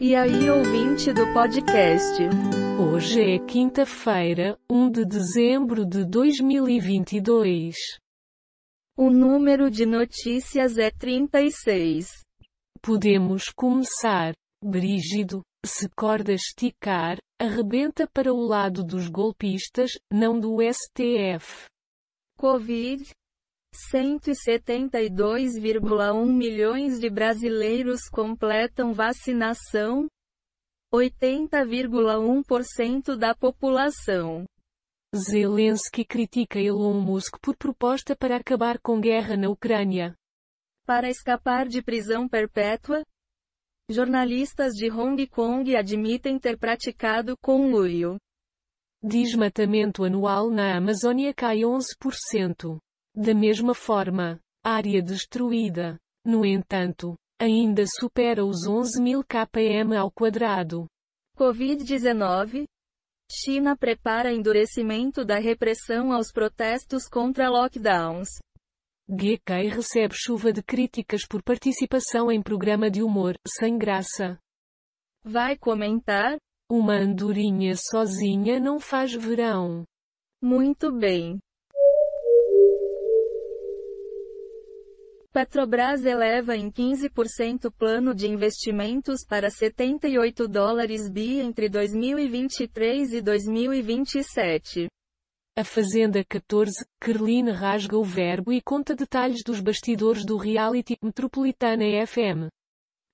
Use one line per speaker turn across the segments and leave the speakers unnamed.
E aí, ouvinte do podcast?
Hoje é quinta-feira, 1 de dezembro de 2022.
O número de notícias é 36.
Podemos começar. Brígido, se corda esticar, arrebenta para o lado dos golpistas, não do STF.
Covid. 172,1 milhões de brasileiros completam vacinação. 80,1% da população.
Zelensky critica Elon Musk por proposta para acabar com guerra na Ucrânia.
Para escapar de prisão perpétua, jornalistas de Hong Kong admitem ter praticado conluio.
Desmatamento anual na Amazônia cai 11%. Da mesma forma, área destruída, no entanto, ainda supera os 11.000 km ao quadrado.
Covid-19. China prepara endurecimento da repressão aos protestos contra lockdowns.
GK recebe chuva de críticas por participação em programa de humor, sem graça.
Vai comentar?
Uma andorinha sozinha não faz verão.
Muito bem. Petrobras eleva em 15% plano de investimentos para 78 dólares bi entre 2023 e 2027.
A Fazenda 14, Kerline rasga o verbo e conta detalhes dos bastidores do reality metropolitana FM.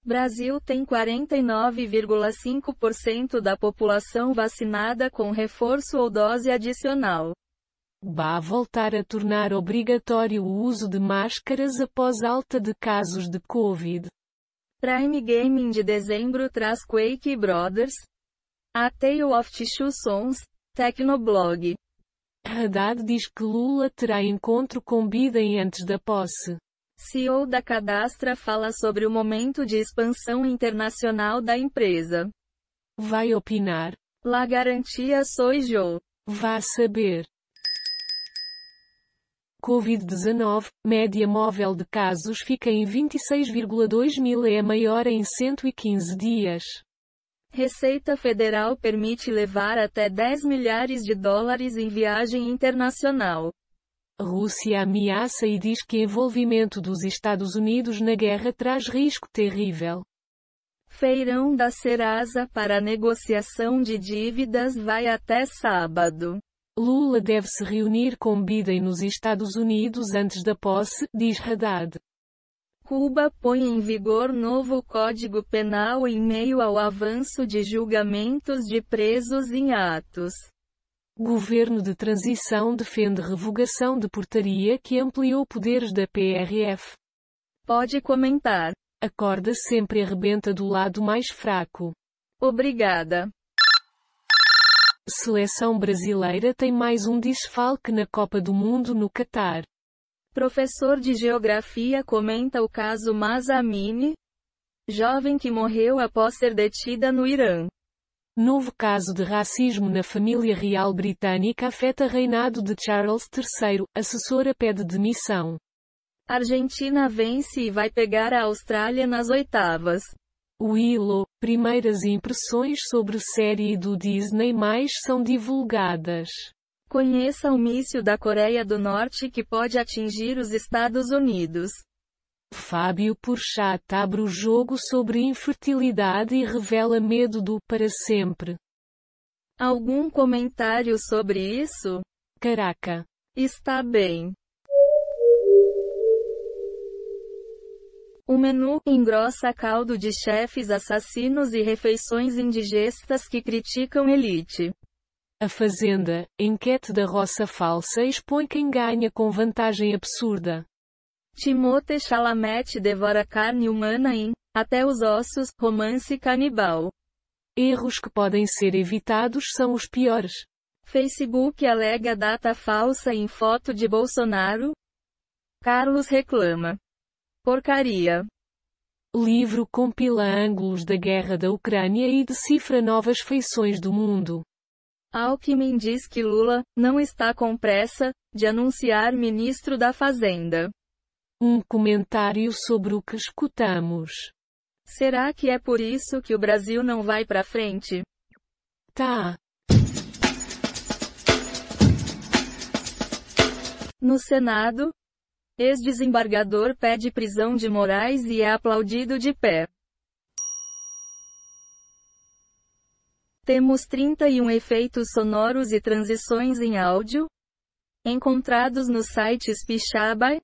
Brasil tem 49,5% da população vacinada com reforço ou dose adicional.
Bá voltar a tornar obrigatório o uso de máscaras após alta de casos de Covid.
Prime Gaming de dezembro traz Quake Brothers, A Tale of Two Sons, Tecnoblog.
Haddad diz que Lula terá encontro com Biden antes da posse.
CEO da Cadastra fala sobre o momento de expansão internacional da empresa.
Vai opinar?
La Garantia Soijo.
Vá saber. Covid-19, média móvel de casos fica em 26,2 mil e é maior em 115 dias.
Receita Federal permite levar até 10 milhares de dólares em viagem internacional.
Rússia ameaça e diz que envolvimento dos Estados Unidos na guerra traz risco terrível.
Feirão da Serasa para negociação de dívidas vai até sábado.
Lula deve se reunir com Biden nos Estados Unidos antes da posse, diz Haddad.
Cuba põe em vigor novo Código Penal em meio ao avanço de julgamentos de presos em atos.
Governo de transição defende revogação de portaria que ampliou poderes da PRF.
Pode comentar.
A corda sempre arrebenta do lado mais fraco.
Obrigada.
Seleção brasileira tem mais um desfalque na Copa do Mundo no Catar.
Professor de Geografia comenta o caso Mazamini, jovem que morreu após ser detida no Irã.
Novo caso de racismo na família real britânica afeta reinado de Charles III, assessora pede demissão.
Argentina vence e vai pegar a Austrália nas oitavas.
Willow, primeiras impressões sobre série do Disney mais são divulgadas.
Conheça o míssil da Coreia do Norte que pode atingir os Estados Unidos.
Fábio Porchat abre o jogo sobre infertilidade e revela medo do para sempre.
Algum comentário sobre isso?
Caraca.
Está bem. O menu engrossa caldo de chefes assassinos e refeições indigestas que criticam elite.
A Fazenda, enquete da roça falsa expõe quem ganha com vantagem absurda.
Timothée Chalamet devora carne humana em Até os ossos, romance canibal.
Erros que podem ser evitados são os piores.
Facebook alega data falsa em foto de Bolsonaro. Carlos reclama. Porcaria.
Livro compila ângulos da guerra da Ucrânia e decifra novas feições do mundo.
Alckmin diz que Lula não está com pressa de anunciar ministro da Fazenda.
Um comentário sobre o que escutamos.
Será que é por isso que o Brasil não vai para frente?
Tá.
No Senado, ex-desembargador pede prisão de Moraes e é aplaudido de pé. Temos 31 efeitos sonoros e transições em áudio, encontrados nos sites Pixabay,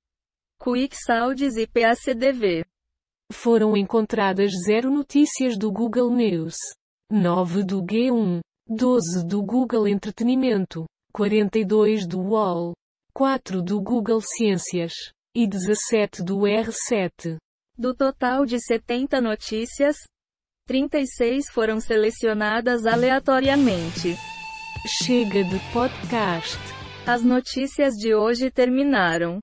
QuickSounds e PACDV.
Foram encontradas zero notícias do Google News, 9 do G1, 12 do Google Entretenimento, 42 do UOL, 4 do Google Ciências e 17 do R7.
Do total de 70 notícias, 36 foram selecionadas aleatoriamente.
Chega de podcast.
As notícias de hoje terminaram.